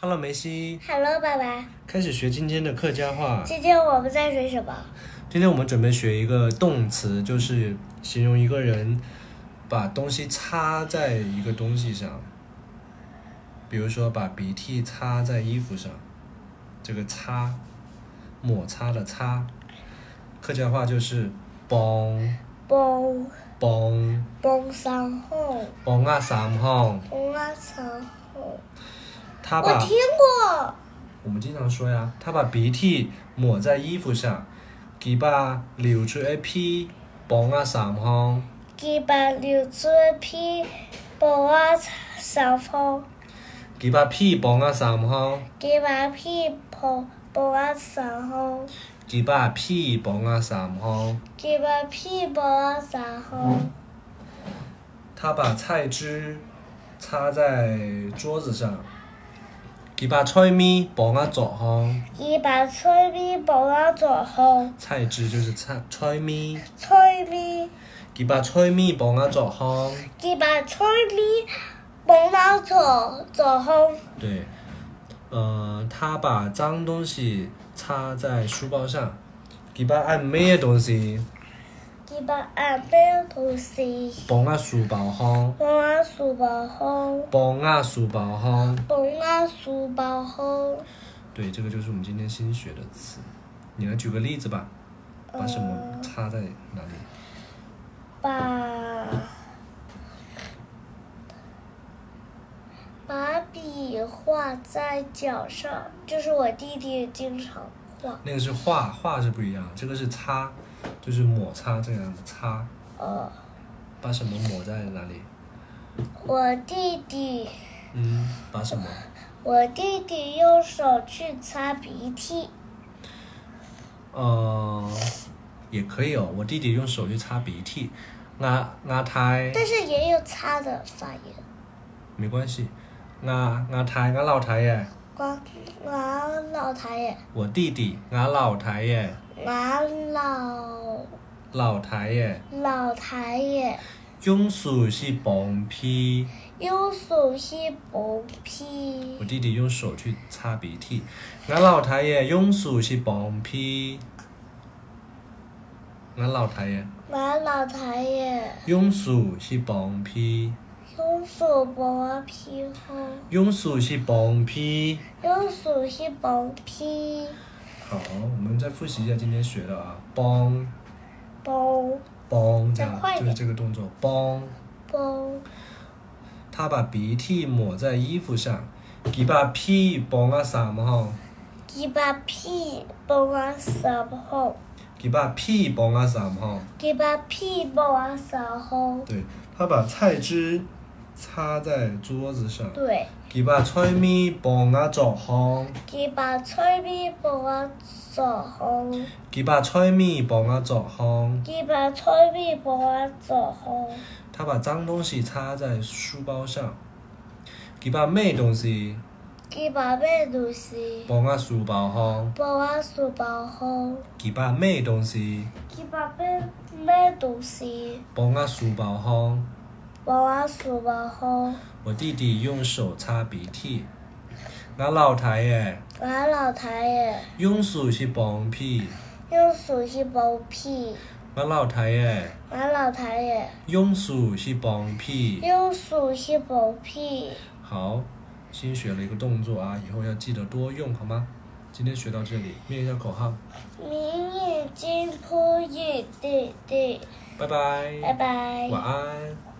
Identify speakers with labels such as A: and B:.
A: Hello，梅西，
B: Hello，爸爸，
A: 开始学今天的客家话。
B: 今天我们在学什么？
A: 今天我们准备学一个动词，就是形容一个人把东西擦在一个东西上，比如说把鼻涕擦在衣服上，这个擦，抹擦的擦，客家话就是嘣
B: 崩
A: 嘣
B: 崩三后，
A: 嘣啊三号，
B: 崩啊三后。
A: 他
B: 我
A: 把
B: 听过，
A: 我们经常说呀，他把鼻涕抹在衣服上，给把流出一批帮啊三方。
B: 鸡巴流出屁，崩啊三后，
A: 给把屁帮啊三方，
B: 鸡巴屁崩崩啊三后，
A: 给把屁帮啊三方。
B: 鸡巴屁崩啊三后，
A: 他把菜汁擦在桌子上，给把菜米帮啊左方。
B: 鸡巴吹咪崩啊左后，
A: 菜汁就是菜菜米，
B: 吹咪
A: 给把菜米帮啊左方。
B: 鸡巴吹咪崩到左左后，
A: 对，呃，他把脏东西插在书包上，给把暗昧的东西
B: 鸡巴俺们同事。
A: 放啊书包上，
B: 帮我书包好，
A: 放啊书包上。
B: 帮我书包好。
A: 对，这个就是我们今天新学的词。你来举个例子吧，把什么插在哪里？
B: 把把笔画在脚上，这是我弟弟经常画。
A: 那个是画，画是不一样，这个是擦，就是抹擦这样的擦。
B: 呃，
A: 把什么抹在哪里？
B: 我弟弟，
A: 嗯，把什么？
B: 我弟弟用手去擦鼻涕，
A: 呃，也可以哦。我弟弟用手去擦鼻涕，啊啊胎。
B: 但是也有擦的发音。
A: 没关系，俺俺太俺老太爷，
B: 我我老太爷，
A: 我弟弟俺老太爷，
B: 我老
A: 老太爷，
B: 老太爷。
A: 用手是放屁，
B: 用手去剥皮
A: 我，弟弟用手去擦鼻涕，俺老太爷用手是放屁，俺老太爷
B: 我老太爷
A: 用手是放屁，
B: 用手剥皮后，
A: 用手是放屁。
B: 用手去剥皮，
A: 好，我们再复习一下今天学的啊，帮
B: 剥
A: 帮这样
B: 再快
A: 就
B: 一
A: 是
B: 点
A: 这个动作帮。
B: 剥
A: 他把鼻涕抹在衣服上，给把屁绑啊三号，
B: 鸡巴屁剥完三后，
A: 给把屁绑啊三号。
B: 鸡巴屁剥完三后，
A: 对，他把菜汁擦在桌子上，
B: 对，
A: 给把菜米绑啊左号，
B: 鸡巴脆皮剥完左后，
A: 给把菜米绑啊左号。
B: 鸡巴脆皮剥完左后，
A: 他把脏东西擦在书包上，给把咩东西
B: 鸡巴咩东西
A: 绑啊书包上，
B: 剥完书包后。
A: 给把咩东西
B: 鸡巴咩咩东西
A: 绑啊书包上。
B: 往我书包后，
A: 我弟弟用手擦鼻涕，俺老太爷。
B: 我老太爷
A: 用手去放屁，
B: 用手去包屁，
A: 我老太爷
B: 我老太爷
A: 用手去放屁。
B: 用手去包屁。
A: 好，新学了一个动作啊，以后要记得多用好吗？今天学到这里，念一下口号，
B: 明眼睛扑眼地地，
A: 拜拜，
B: 拜拜。
A: 晚安。